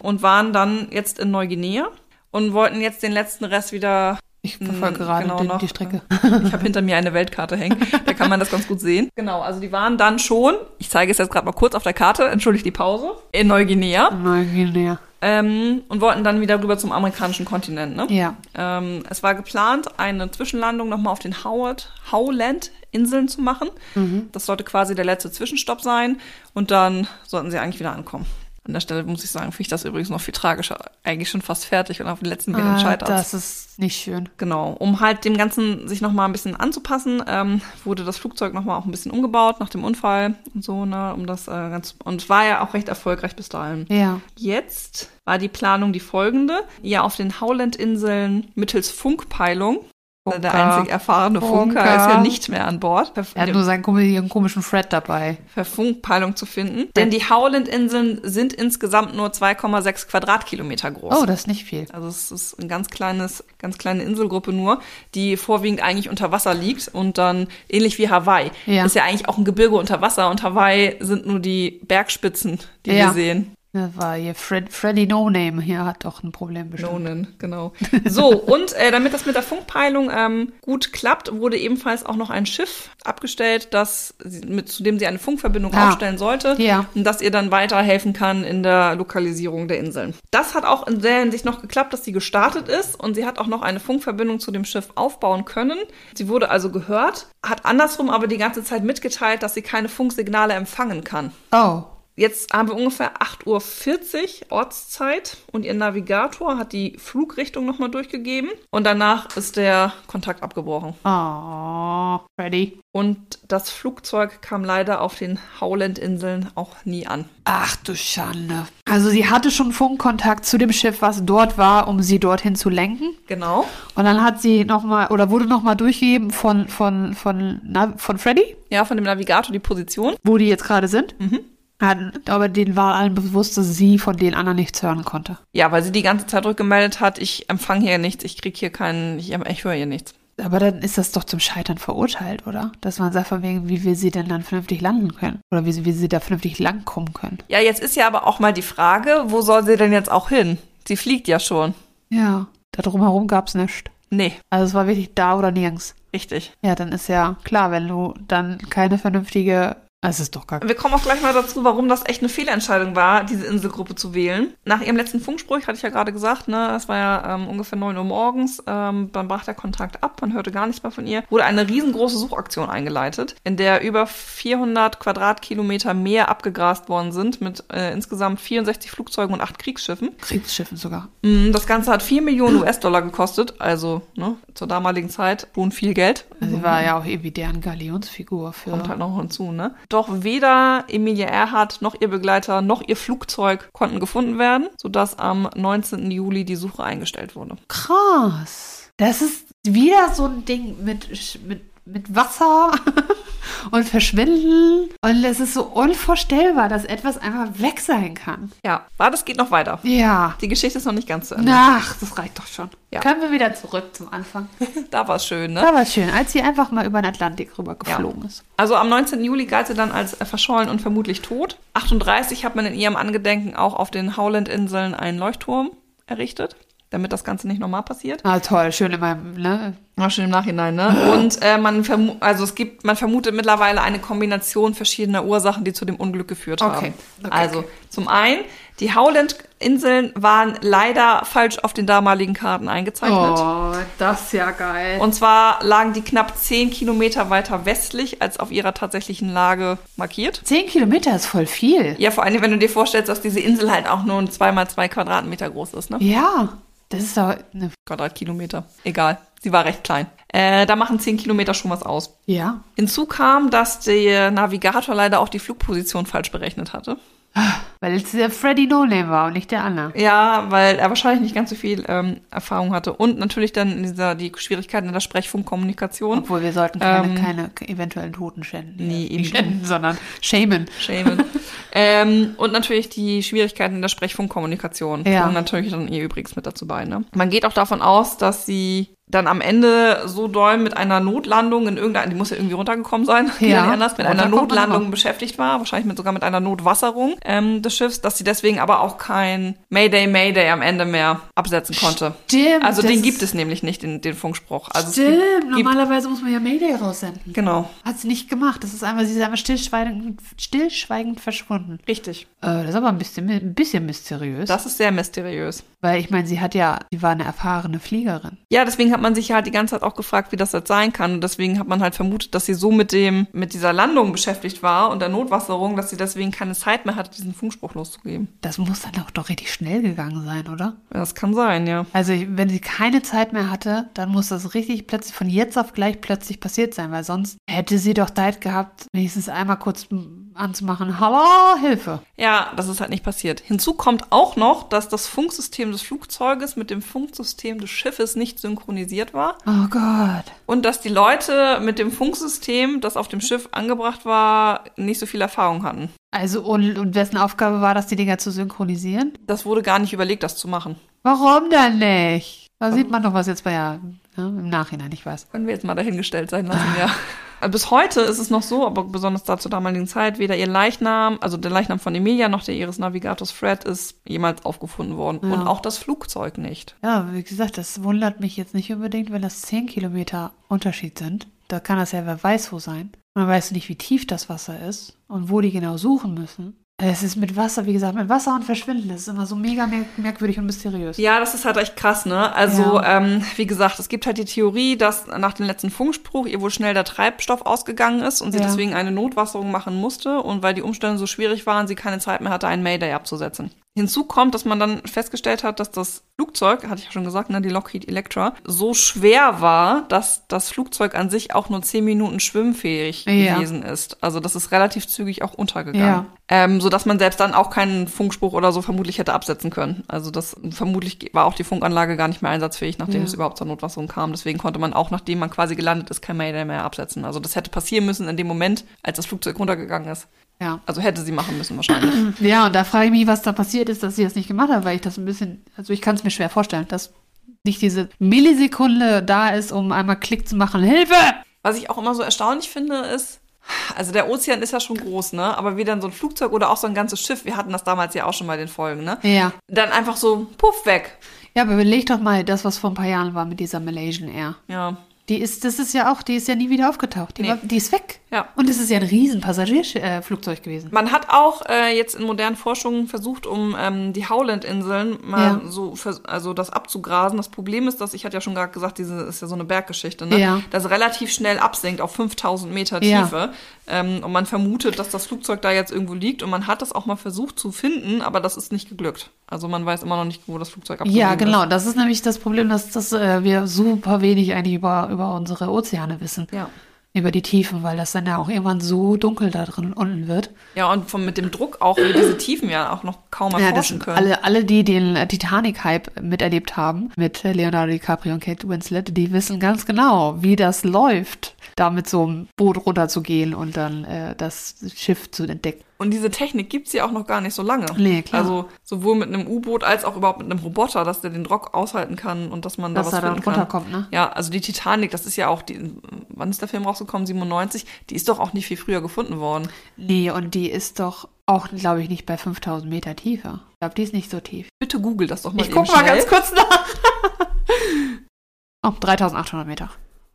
und waren dann jetzt in Neuguinea und wollten jetzt den letzten Rest wieder Ich verfolge Mm, gerade genau den, noch. die Strecke. ich habe hinter mir eine Weltkarte hängen, da kann man das ganz gut sehen. Genau, also die waren dann schon, ich zeige es jetzt gerade mal kurz auf der Karte, entschuldigt die Pause, in Neuguinea Neuguinea. ähm, und wollten dann wieder rüber zum amerikanischen Kontinent. Ne? Ja. Ähm, es war geplant, eine Zwischenlandung nochmal auf den Howard, Howland-Inseln zu Mhm. machen. Das sollte quasi der letzte Zwischenstopp sein und dann sollten sie eigentlich wieder ankommen. An der Stelle muss ich sagen, finde ich das übrigens noch viel tragischer. Eigentlich schon fast fertig und auf den letzten Bildern scheitert Ah, das ist nicht schön. Genau, um halt dem Ganzen sich nochmal ein bisschen anzupassen, ähm, wurde das Flugzeug nochmal auch ein bisschen umgebaut nach dem Unfall und so, ne, um das äh, ganz, und war ja auch recht erfolgreich bis dahin. Ja. Jetzt war die Planung die folgende, ja auf den Howland-Inseln mittels Funkpeilung, Funker. der einzig erfahrene Funker, Funker. ist ja nicht mehr an Bord, per, Er hat nur seinen Kumpel, ihren komischen Fred dabei. per Funkpeilung zu finden, denn die Howland-Inseln sind insgesamt nur 2,6 Quadratkilometer groß. Oh, das ist nicht viel. Also es ist ein ganz kleines, ganz kleine Inselgruppe nur, die vorwiegend eigentlich unter Wasser liegt und dann ähnlich wie Hawaii. Ja. Ist ja eigentlich auch ein Gebirge unter Wasser und Hawaii sind nur die Bergspitzen, die Ja. wir sehen. Das war hier Fred, Freddy No Name. Hier hat doch ein Problem bestimmt. Nonen, genau. So, und äh, damit das mit der Funkpeilung ähm, gut klappt, wurde ebenfalls auch noch ein Schiff abgestellt, das sie- mit, zu dem sie eine Funkverbindung Ah. aufstellen sollte Ja. und das ihr dann weiterhelfen kann in der Lokalisierung der Inseln. Das hat auch in der Hinsicht noch geklappt, dass sie gestartet ist und sie hat auch noch eine Funkverbindung zu dem Schiff aufbauen können. Sie wurde also gehört, hat andersrum aber die ganze Zeit mitgeteilt, dass sie keine Funksignale empfangen kann. Oh, Jetzt haben wir ungefähr 8.40 Uhr Ortszeit und ihr Navigator hat die Flugrichtung nochmal durchgegeben und danach ist der Kontakt abgebrochen. oh, Freddy. Und das Flugzeug kam leider auf den Howland-Inseln auch nie an. Ach du Schande. Also sie hatte schon Funkkontakt zu dem Schiff, was dort war, um sie dorthin zu lenken. Genau. Und dann hat sie nochmal, oder wurde nochmal durchgegeben von, von, von, na, von Freddy, Ja, von dem Navigator die Position. wo die jetzt gerade sind. Hat, aber denen war allen bewusst, dass sie von den anderen nichts hören konnte. Ja, weil sie die ganze Zeit rückgemeldet hat, ich empfange hier nichts, ich krieg hier keinen, ich, ich höre hier nichts. Aber dann ist das doch zum Scheitern verurteilt, oder? Dass man sagt, von wegen, wie wir sie denn dann vernünftig landen können. Oder wie, sie- wie sie da vernünftig langkommen können. Ja, jetzt ist ja aber auch mal die Frage, wo soll sie denn jetzt auch hin? Sie fliegt ja schon. Ja, da drumherum gab's nichts. Nee, Also es war wirklich da oder nirgends. richtig. Ja, dann ist ja klar, wenn du dann keine vernünftige. also Es ist doch gar Wir kommen auch gleich mal dazu, warum das echt eine Fehlentscheidung war, diese Inselgruppe zu wählen. Nach ihrem letzten Funkspruch hatte ich ja gerade gesagt, ne, es war ja ähm, ungefähr 9 Uhr morgens, ähm, dann brach der Kontakt ab, man hörte gar nichts mehr von ihr, wurde eine riesengroße Suchaktion eingeleitet, in der über 400 Quadratkilometer Meer abgegrast worden sind mit äh, insgesamt 64 Flugzeugen und 8 Kriegsschiffen. Kriegsschiffen sogar. Mm, Das Ganze hat 4 Millionen US-Dollar gekostet, also ne, zur damaligen Zeit schon viel Geld. Also sie war ja auch irgendwie deren Galionsfigur für. Kommt halt noch hinzu, ne? Doch weder Emilia Earhart noch ihr Begleiter noch ihr Flugzeug konnten gefunden werden, sodass am 19. Juli die Suche eingestellt wurde. Krass. Das ist wieder so ein Ding mit, Sch- mit, mit Wasser und Verschwinden. Und es ist so unvorstellbar, dass etwas einfach weg sein kann. Ja, warte, es geht noch weiter. Ja. Die Geschichte ist noch nicht ganz zu Ende. Ach, das reicht doch schon. Ja. Können wir wieder zurück zum Anfang? Da war es schön, ne? Da war schön, als sie einfach mal über den Atlantik rüber geflogen ist. Also am 19. Juli galt sie dann als äh, verschollen und vermutlich tot. 38 hat man in ihrem Angedenken auch auf den Howland-Inseln einen Leuchtturm errichtet, damit das Ganze nicht nochmal passiert. Ah, toll, schön in meinem, ne? War schon im Nachhinein, ne? Und äh, man vermu also es gibt, man vermutet mittlerweile eine Kombination verschiedener Ursachen, die zu dem Unglück geführt haben. Okay, okay, also okay. zum einen, die Howland-Inseln waren leider falsch auf den damaligen Karten eingezeichnet. Oh, das ist ja geil. Und zwar lagen die knapp 10 Kilometer weiter westlich als auf ihrer tatsächlichen Lage markiert. Zehn Kilometer ist voll viel. Ja, vor allem, wenn du dir vorstellst, dass diese Insel halt auch nur ein 2x2 Quadratmeter groß ist, ne? Ja, das ist doch. Ne, Quadratkilometer. Egal. Sie war recht klein. Äh, da machen 10 Kilometer schon was aus. ja. Hinzu kam, dass der Navigator leider auch die Flugposition falsch berechnet hatte. Weil es der Freddy No Name war und nicht der andere. Ja, weil er wahrscheinlich nicht ganz so viel ähm, Erfahrung hatte. Und natürlich dann dieser, die Schwierigkeiten in der Sprechfunkkommunikation. Obwohl wir sollten keine, Ähm, keine eventuellen Toten schänden. Nee, Nicht eben. schänden, sondern schämen. Shaman. ähm, und natürlich die Schwierigkeiten in der Sprechfunkkommunikation. Ja. Und natürlich dann ihr übrigens mit dazu bei. Ne? Man geht auch davon aus, dass sie dann am Ende so doll mit einer Notlandung in irgendeiner, die muss ja irgendwie runtergekommen sein, geht Ja. genau. nicht anders, mit einer Runterkommt man Notlandung immer. beschäftigt war, wahrscheinlich mit, sogar mit einer Notwasserung ähm, des Schiffs, dass sie deswegen aber auch kein Mayday, Mayday am Ende mehr absetzen konnte. Stimmt. Also das den ist- gibt es nämlich nicht, den, den Funkspruch. Also Stimmt. es gibt, gibt, Normalerweise muss man ja Mayday raussenden. genau, Hat sie nicht gemacht. Das ist einfach, sie ist einfach stillschweigend, stillschweigend verschwunden. richtig. Äh, das ist aber ein bisschen, ein bisschen mysteriös. Das ist sehr mysteriös. weil ich meine, sie hat ja, sie war eine erfahrene Fliegerin. Ja, deswegen hat man sich ja halt die ganze Zeit auch gefragt, wie das jetzt sein kann. Und deswegen hat man halt vermutet, dass sie so mit dem, mit dieser Landung beschäftigt war und der Notwasserung, dass sie deswegen keine Zeit mehr hatte, diesen Funkspruch loszugeben. Das muss dann auch doch richtig schnell gegangen sein, oder? Ja, Das kann sein, ja. Also ich- wenn sie keine Zeit mehr hatte, dann muss das richtig plötzlich von jetzt auf gleich plötzlich passiert sein, weil sonst hätte sie doch Zeit gehabt, wenigstens einmal kurz m- anzumachen, hallo, Hilfe. Ja, das ist halt nicht passiert. Hinzu kommt auch noch, dass das Funksystem des Flugzeuges mit dem Funksystem des Schiffes nicht synchronisiert war. Oh Gott. Und dass die Leute mit dem Funksystem, das auf dem Schiff angebracht war, nicht so viel Erfahrung hatten. Also und, und wessen Aufgabe war das, die Dinger zu synchronisieren? Das wurde gar nicht überlegt, das zu machen. Warum dann nicht? Da sieht man doch, was jetzt bei ja, ne, im Nachhinein, ich weiß. Können wir jetzt mal dahingestellt sein lassen, ja. Äh, Bis heute ist es noch so, aber besonders da zur damaligen Zeit, weder ihr Leichnam, also der Leichnam von Emilia noch der ihres Navigators Fred ist jemals aufgefunden worden. Ja. Und auch das Flugzeug nicht. Ja, wie gesagt, das wundert mich jetzt nicht unbedingt, wenn das 10 Kilometer Unterschied sind. Da kann das ja wer weiß wo sein. Und dann weißt du nicht, wie tief das Wasser ist und wo die genau suchen müssen. Es ist mit Wasser, wie gesagt, mit Wasser und Verschwinden. Das ist immer so mega merk merkwürdig und mysteriös. Ja, das ist halt echt krass, ne? Also, Ja. ähm, wie gesagt, es gibt halt die Theorie, dass nach dem letzten Funkspruch ihr wohl schnell der Treibstoff ausgegangen ist und sie Ja. deswegen eine Notwasserung machen musste und weil die Umstände so schwierig waren, sie keine Zeit mehr hatte, einen Mayday abzusetzen. Hinzu kommt, dass man dann festgestellt hat, dass das Flugzeug, hatte ich ja schon gesagt, ne, die Lockheed Electra, so schwer war, dass das Flugzeug an sich auch nur 10 Minuten schwimmfähig Ja. gewesen ist. Also das ist relativ zügig auch untergegangen. Ja. Ähm, sodass man selbst dann auch keinen Funkspruch oder so vermutlich hätte absetzen können. Also das vermutlich ge- war auch die Funkanlage gar nicht mehr einsatzfähig, nachdem Ja. es überhaupt zur Notwasserung kam. Deswegen konnte man auch, nachdem man quasi gelandet ist, kein Mayday mehr absetzen. Also das hätte passieren müssen in dem Moment, als das Flugzeug runtergegangen ist. Ja. Also hätte sie machen müssen wahrscheinlich. Ja, und da frage ich mich, was da passiert ist, dass sie das nicht gemacht hat, weil ich das ein bisschen, also ich kann es mir schwer vorstellen, dass nicht diese Millisekunde da ist, um einmal Klick zu machen. Hilfe! Was ich auch immer so erstaunlich finde, ist, also der Ozean ist ja schon groß, ne? Aber wie dann so ein Flugzeug oder auch so ein ganzes Schiff, wir hatten das damals ja auch schon mal den Folgen, ne? Ja. Dann einfach so, puff, weg. Ja, aber überleg doch mal das, was vor ein paar Jahren war mit dieser Malaysian Air. Ja. Die ist, das ist ja auch, die ist ja nie wieder aufgetaucht. Die, Nee. war, die ist weg. Ja. Und es ist ja ein riesen Passagierflugzeug äh, Flugzeug gewesen. Man hat auch äh, jetzt in modernen Forschungen versucht, um ähm, die Howland-Inseln Ja. mal so, vers- also das abzugrasen. Das Problem ist, dass ich hatte ja schon gerade gesagt, diese ist ja so eine Berggeschichte, ne? Ja. Das relativ schnell absinkt auf 5000 Meter Ja. Tiefe. Ähm, und man vermutet, dass das Flugzeug da jetzt irgendwo liegt. Und man hat das auch mal versucht zu finden, aber das ist nicht geglückt. Also man weiß immer noch nicht, wo das Flugzeug abgeblieben Ja, Ist. genau. Das ist nämlich das Problem, dass, dass äh, wir super wenig eigentlich über, über unsere Ozeane wissen. Ja. Über die Tiefen, weil das dann ja auch irgendwann so dunkel da drin unten wird. Ja, und vom, mit dem Druck auch, wie diese Tiefen ja auch noch kaum Ja, das erforschen sind können. alle, alle, die den äh, Titanic-Hype miterlebt haben, mit äh, Leonardo DiCaprio und Kate Winslet, die wissen ganz genau, wie das läuft, da mit so einem Boot runterzugehen und dann äh, das Schiff zu entdecken. Und diese Technik gibt's ja auch noch gar nicht so lange. Nee, klar. Also sowohl mit einem U-Boot als auch überhaupt mit einem Roboter, dass der den Rock aushalten kann und dass man Dass da was er dann finden kann. runterkommt, ne? Ja, also die Titanic, das ist ja auch die, wann ist der Film rausgekommen? 97. Die ist doch auch nicht viel früher gefunden worden. Nee, und die ist doch auch, glaube ich, nicht bei 5000 Meter Tiefe. Ich glaube, die ist nicht so tief. Bitte google das doch mal Ich eben guck mal schnell. ganz kurz nach. Oh, 3800 Meter.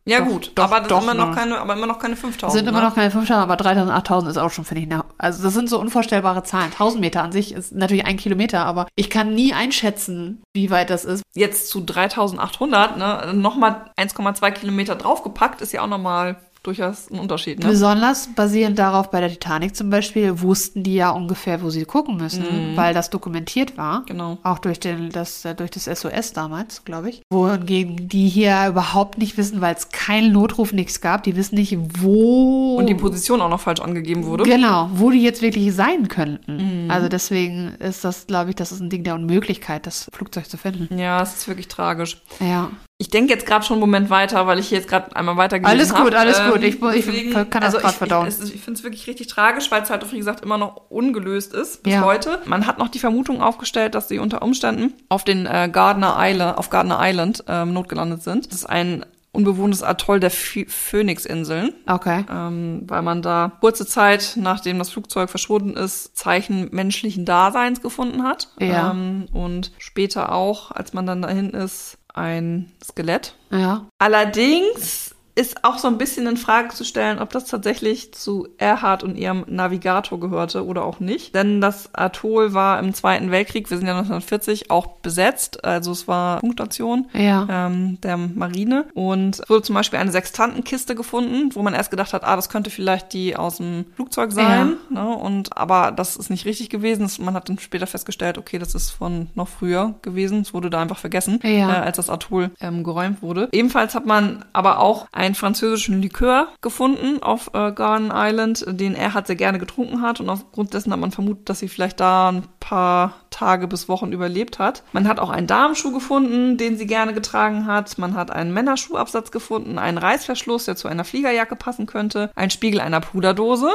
Ja Doch, gut, doch, aber das doch, ist immer noch ne. keine, aber immer noch keine 5000. Das sind immer ne? noch keine 5000, aber 3000, 8000 ist auch schon, finde ich. na- Also, das sind so unvorstellbare Zahlen. 1000 Meter an sich ist natürlich ein Kilometer, aber ich kann nie einschätzen, wie weit das ist. jetzt zu 3800, ne, nochmal 1,2 Kilometer draufgepackt, ist ja auch nochmal durchaus ein Unterschied, ne? Besonders basierend darauf, bei der Titanic zum Beispiel, wussten die ja ungefähr, wo sie gucken müssen, Mhm. weil das dokumentiert war. Genau. Auch durch, den, das, äh, durch das SOS damals, glaube ich. Wohingegen die hier überhaupt nicht wissen, weil es keinen Notruf, nichts gab. Die wissen nicht, wo. Und die Position auch noch falsch angegeben wurde. Genau, wo die jetzt wirklich sein könnten. Also deswegen ist das, glaube ich, das ist ein Ding der Unmöglichkeit, das Flugzeug zu finden. Ja, es ist wirklich tragisch. Ja. Ich denke jetzt gerade schon einen Moment weiter, weil ich hier jetzt gerade einmal weitergelesen Alles habe. gut, alles gut. Ich- ich kann das grad also ich, verdauen. Ich, es- ich finde es wirklich richtig tragisch, weil es halt, auch, wie gesagt, immer noch ungelöst ist bis Ja. heute. Man hat noch die Vermutung aufgestellt, dass sie unter Umständen auf den äh, Gardner Island, auf Gardner Island ähm, notgelandet sind. Das ist ein unbewohntes Atoll der Phi- Phoenix-Inseln Okay. ähm, weil man da kurze Zeit, nachdem das Flugzeug verschwunden ist, Zeichen menschlichen Daseins gefunden hat. Ja. Ähm, und später auch, als man dann dahin ist, ein Skelett. Ja. Allerdings ist auch so ein bisschen in Frage zu stellen, ob das tatsächlich zu Erhard und ihrem Navigator gehörte oder auch nicht. Denn das Atoll war im Zweiten Weltkrieg, wir sind ja 1940, auch besetzt. Also es war Punktstation Ja. ähm, der Marine. Und es wurde zum Beispiel eine Sextantenkiste gefunden, wo man erst gedacht hat, ah, das könnte vielleicht die aus dem Flugzeug sein. Ne? Und aber das ist nicht richtig gewesen. Es- Man hat dann später festgestellt, okay, das ist von noch früher gewesen. Es wurde da einfach vergessen, Ja. äh, als das Atoll ähm, geräumt wurde. Ebenfalls hat man aber auch einen französischen Likör gefunden auf äh, Garden Island, den er hat sehr gerne getrunken hat. Und aufgrund dessen hat man vermutet, dass sie vielleicht da ein paar Tage bis Wochen überlebt hat. Man hat auch einen Damenschuh gefunden, den sie gerne getragen hat. Man hat einen Männerschuhabsatz gefunden, einen Reißverschluss, der zu einer Fliegerjacke passen könnte, einen Spiegel einer Puderdose,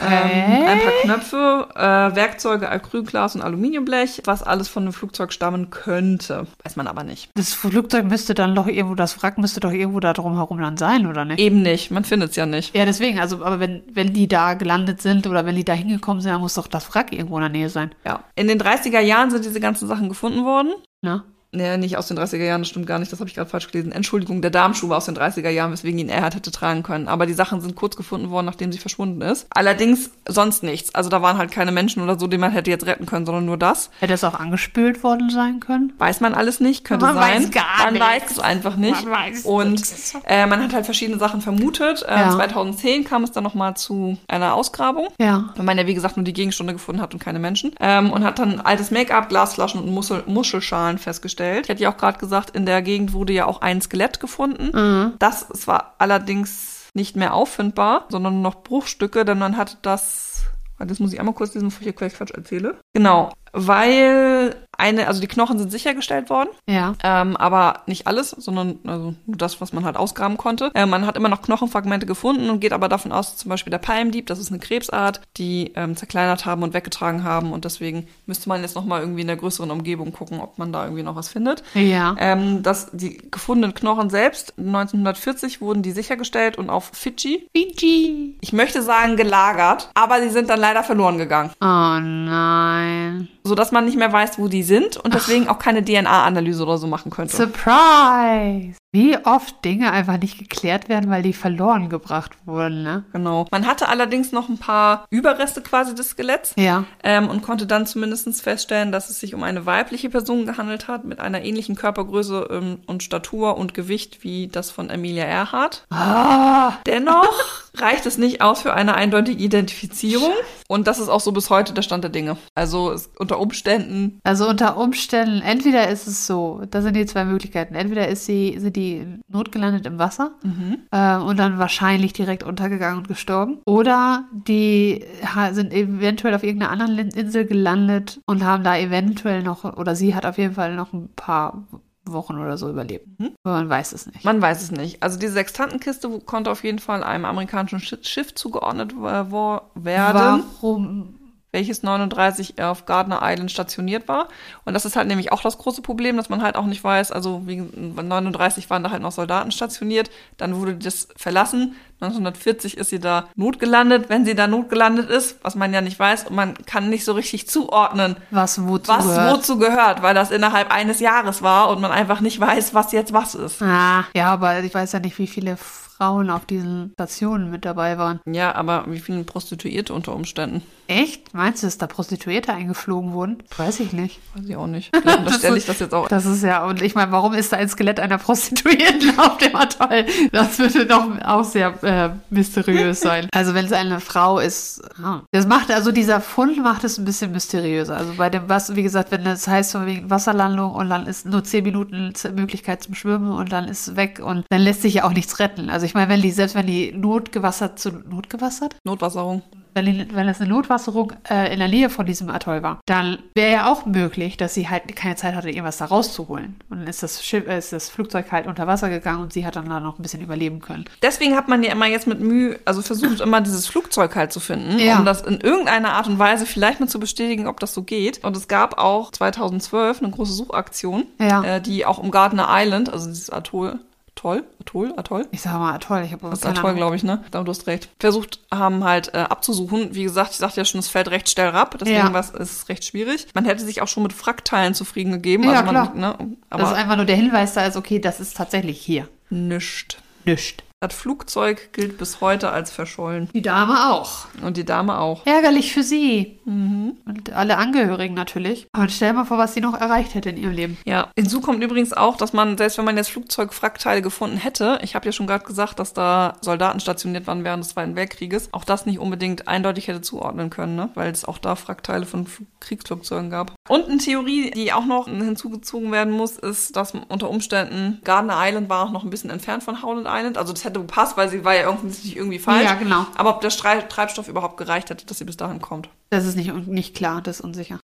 ähm, ein Okay. paar Knöpfe, äh, Werkzeuge, Acrylglas und Aluminiumblech, was alles von einem Flugzeug stammen könnte. Weiß man aber nicht. das Flugzeug müsste dann doch irgendwo, das Wrack müsste doch irgendwo da drumherum dann sein, oder nicht? Eben nicht, man findet es ja nicht. Ja, deswegen, also, aber wenn, wenn die da gelandet sind oder wenn die da hingekommen sind, dann muss doch das Wrack irgendwo in der Nähe sein. Ja. In den 30er Jahren sind diese ganzen Sachen gefunden worden. Ne? Nee, nicht aus den 30er Jahren, das stimmt gar nicht, das habe ich gerade falsch gelesen. Entschuldigung, der Damenschuh war aus den 30er Jahren, weswegen ihn Erhard hätte tragen können. Aber die Sachen sind kurz gefunden worden, nachdem sie verschwunden ist. Allerdings sonst nichts. Also da waren halt keine Menschen oder so, die man hätte jetzt retten können, sondern nur das. Hätte es auch angespült worden sein können? Weiß man alles nicht, könnte Man sein. weiß gar man nichts. weiß es einfach nicht. Man weiß und nichts. äh, man hat halt verschiedene Sachen vermutet. Äh, Ja. 2010 kam es dann nochmal zu einer Ausgrabung. Ja. Weil man ja, wie gesagt, nur die Gegenstunde gefunden hat und keine Menschen. Ähm, und hat dann altes Make-up, Glasflaschen und Muschel Muschelschalen festgestellt. Ich hätte ja auch gerade gesagt, in der Gegend wurde ja auch ein Skelett gefunden. Das es war allerdings nicht mehr auffindbar, sondern nur noch Bruchstücke, denn man hatte das. Warte, Das muss ich einmal kurz diesen Quatsch erzähle. Genau, weil eine, also die Knochen sind sichergestellt worden. Ja. Ähm, aber nicht alles, sondern also nur das, was man halt ausgraben konnte. Äh, man hat immer noch Knochenfragmente gefunden und geht aber davon aus, dass zum Beispiel der Palmdieb, das ist eine Krebsart, die ähm, zerkleinert haben und weggetragen haben. Und deswegen müsste man jetzt nochmal irgendwie in der größeren Umgebung gucken, ob man da irgendwie noch was findet. Ja. Ähm, das, die gefundenen Knochen selbst, 1940 wurden die sichergestellt und auf Fidschi, Fiji. ich möchte sagen gelagert, aber sie sind dann leider verloren gegangen, Oh nein. sodass man nicht mehr weiß, wo die sind und deswegen auch keine DNA-Analyse oder so machen könnte. Surprise! Wie oft Dinge einfach nicht geklärt werden, weil die verloren gebracht wurden, ne? Genau. Man hatte allerdings noch ein paar Überreste quasi des Skeletts Ja. ähm, und konnte dann zumindest feststellen, dass es sich um eine weibliche Person gehandelt hat mit einer ähnlichen Körpergröße ähm, und Statur und Gewicht wie das von Amelia Earhart. Ah, Dennoch reicht es nicht aus für eine eindeutige Identifizierung und das ist auch so bis heute der Stand der Dinge. Also es, unter Umständen also unter Umständen, entweder ist es so, das sind die zwei Möglichkeiten. Entweder ist sie, sind die notgelandet im Wasser Mhm. äh, und dann wahrscheinlich direkt untergegangen und gestorben. Oder die ha- sind eventuell auf irgendeiner anderen Lin- Insel gelandet und haben da eventuell noch, oder sie hat auf jeden Fall noch ein paar Wochen oder so überlebt. Mhm. Aber man weiß es nicht. Man weiß es nicht. Also diese Sextantenkiste wo- konnte auf jeden Fall einem amerikanischen Schi- Schiff zugeordnet äh, wo- werden. Warum welches 39 auf Gardner Island stationiert war. Und das ist halt nämlich auch das große Problem, dass man halt auch nicht weiß, also wie 39 waren da halt noch Soldaten stationiert, dann wurde das verlassen. 1940 ist sie da notgelandet, wenn sie da notgelandet ist, was man ja nicht weiß und man kann nicht so richtig zuordnen, Was wozu was gehört. wozu gehört, weil das innerhalb eines Jahres war und man einfach nicht weiß, was jetzt was ist. Ah, ja, aber ich weiß ja nicht, wie viele Frauen auf diesen Stationen mit dabei waren. Ja, aber wie viele Prostituierte unter Umständen? Echt? Meinst du, dass da Prostituierte eingeflogen wurden? Weiß ich nicht. Weiß ich auch nicht. Vielleicht unterstelle ich das jetzt auch Das ist ja, und ich meine, warum ist da ein Skelett einer Prostituierten auf dem Atoll? Das würde doch auch sehr äh, mysteriös sein. Also wenn es eine Frau ist, ah. das macht, also dieser Fund macht es ein bisschen mysteriöser. Also bei dem was, wie gesagt, wenn das heißt von wegen Wasserlandung und dann ist nur zehn Minuten Z- Möglichkeit zum Schwimmen und dann ist weg und dann lässt sich ja auch nichts retten. Also ich meine, wenn die, selbst wenn die notgewassert zu, notgewassert? Notwasserung. wenn, die, wenn das eine Notwasserung äh, in der Nähe von diesem Atoll war, dann wäre ja auch möglich, dass sie halt keine Zeit hatte, irgendwas da rauszuholen. Und dann ist das, Schiff, äh, ist das Flugzeug halt unter Wasser gegangen und sie hat dann da noch ein bisschen überleben können. Deswegen hat man ja immer jetzt mit Mühe, also versucht immer dieses Flugzeug halt zu finden, Ja. um das in irgendeiner Art und Weise vielleicht mal zu bestätigen, ob das so geht. Und es gab auch 2012 eine große Suchaktion, Ja. äh, die auch um Gardner Island, also dieses Atoll, Atoll, Atoll, Atoll, Ich sag mal Atoll, ich habe das Atoll, glaube ich, ne? Da du hast recht. Versucht haben halt äh, abzusuchen. Wie gesagt, ich sagte ja schon, es fällt recht schnell ab, deswegen Ja. was, ist es recht schwierig. Man hätte sich auch schon mit Frackteilen zufrieden gegeben. Ja, man, klar. ne? Das ist Aber also, einfach nur der Hinweis da ist, okay, das ist tatsächlich hier. nischt. Nischt. Das Flugzeug gilt bis heute als verschollen. Die Dame auch. Und die Dame auch. Ärgerlich für sie. Mhm. Und alle Angehörigen natürlich. Aber stell mal vor, was sie noch erreicht hätte in ihrem Leben. Ja. Hinzu kommt übrigens auch, dass man, selbst wenn man jetzt Flugzeugwrackteile gefunden hätte, ich habe ja schon gerade gesagt, dass da Soldaten stationiert waren während des Zweiten Weltkrieges, auch das nicht unbedingt eindeutig hätte zuordnen können, ne? weil es auch da Wrackteile von Fl- Kriegsflugzeugen gab. Und eine Theorie, die auch noch hinzugezogen werden muss, ist, dass unter Umständen Gardner Island war auch noch ein bisschen entfernt von Howland Island. Also das hätte gepasst, weil sie war ja offensichtlich irgendwie falsch. Ja, genau. Aber ob der Strei- Treibstoff überhaupt gereicht hätte, dass sie bis dahin kommt. Das ist nicht, nicht klar, das ist unsicher.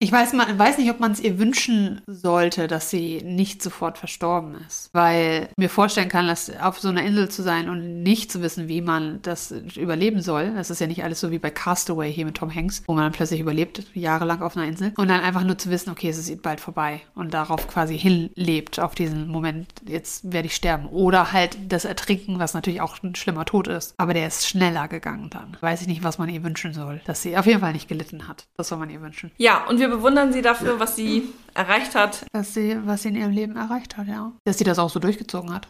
Ich weiß, man, weiß nicht, ob man es ihr wünschen sollte, dass sie nicht sofort verstorben ist. Weil ich mir vorstellen kann, dass auf so einer Insel zu sein und nicht zu wissen, wie man das überleben soll. Das ist ja nicht alles so wie bei Castaway hier mit Tom Hanks, wo man dann plötzlich überlebt, jahrelang auf einer Insel. Und dann einfach nur zu wissen, okay, es ist bald vorbei und darauf quasi hinlebt, auf diesen Moment, jetzt werde ich sterben. Oder halt das Ertrinken, was natürlich auch ein schlimmer Tod ist. Aber der ist schneller gegangen dann. Weiß ich nicht, was man ihr wünschen soll. Dass sie auf jeden Fall nicht gelitten hat. Das soll man ihr wünschen. Ja, und wir bewundern sie dafür, was sie erreicht hat. dass sie, was sie in ihrem Leben erreicht hat, ja. Dass sie das auch so durchgezogen hat.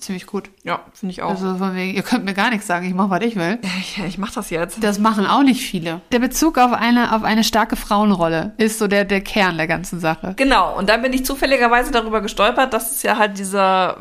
Ziemlich gut. Ja, finde ich auch. Also von wegen, ihr könnt mir gar nichts sagen, ich mache, was ich will. ich, ich mach das jetzt. Das machen auch nicht viele. Der Bezug auf eine, auf eine starke Frauenrolle ist so der, der Kern der ganzen Sache. Genau, und dann bin ich zufälligerweise darüber gestolpert, dass es ja halt dieser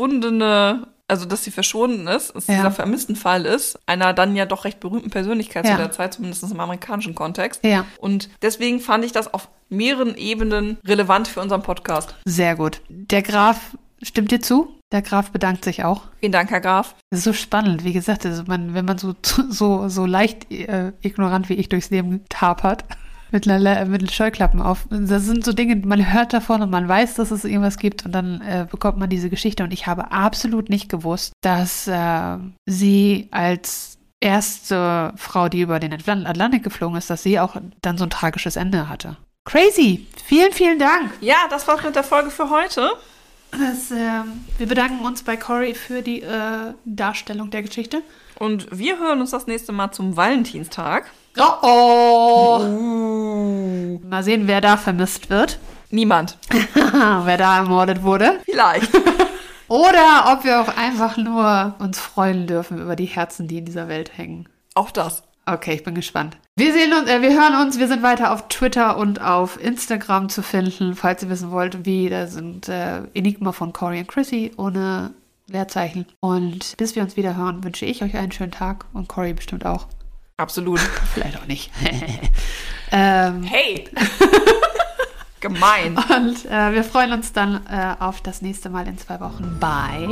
verschwundene, also dass sie verschwunden ist, dass Ja. dieser vermissten Fall ist, einer dann ja doch recht berühmten Persönlichkeit Ja. zu der Zeit, zumindest im amerikanischen Kontext. Ja. Und deswegen fand ich das auf mehreren Ebenen relevant für unseren Podcast. Sehr gut. Der Graf stimmt dir zu? Der Graf bedankt sich auch. Vielen Dank, Herr Graf. Das ist so spannend, wie gesagt, also man, wenn man so, so, so leicht äh, ignorant wie ich durchs Leben tapert, mit, einer, Le- äh, mit Scheuklappen auf. Das sind so Dinge, man hört davon und man weiß, dass es irgendwas gibt und dann äh, bekommt man diese Geschichte. Und ich habe absolut nicht gewusst, dass äh, sie als erste Frau, die über den Atlan- Atlantik geflogen ist, dass sie auch dann so ein tragisches Ende hatte. Crazy! Vielen, vielen Dank! Ja, das war's mit der Folge für heute. Das, ähm, wir bedanken uns bei Cory für die äh, Darstellung der Geschichte. Und wir hören uns das nächste Mal zum Valentinstag. Oh oh! Mal sehen, wer da vermisst wird. Niemand. wer da ermordet wurde. Vielleicht. Oder ob wir auch einfach nur uns freuen dürfen über die Herzen, die in dieser Welt hängen. Auch das. Okay, ich bin gespannt. Wir sehen uns, äh, wir hören uns, wir sind weiter auf Twitter und auf Instagram zu finden, falls ihr wissen wollt, wie. Da sind äh, Enigma von Cory und Chrissy ohne Leerzeichen. Und bis wir uns wieder hören, wünsche ich euch einen schönen Tag und Cory bestimmt auch. Absolut. Vielleicht auch nicht. ähm, Hey! Gemein. Und äh, wir freuen uns dann äh, auf das nächste Mal in zwei Wochen bei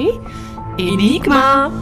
Enigma.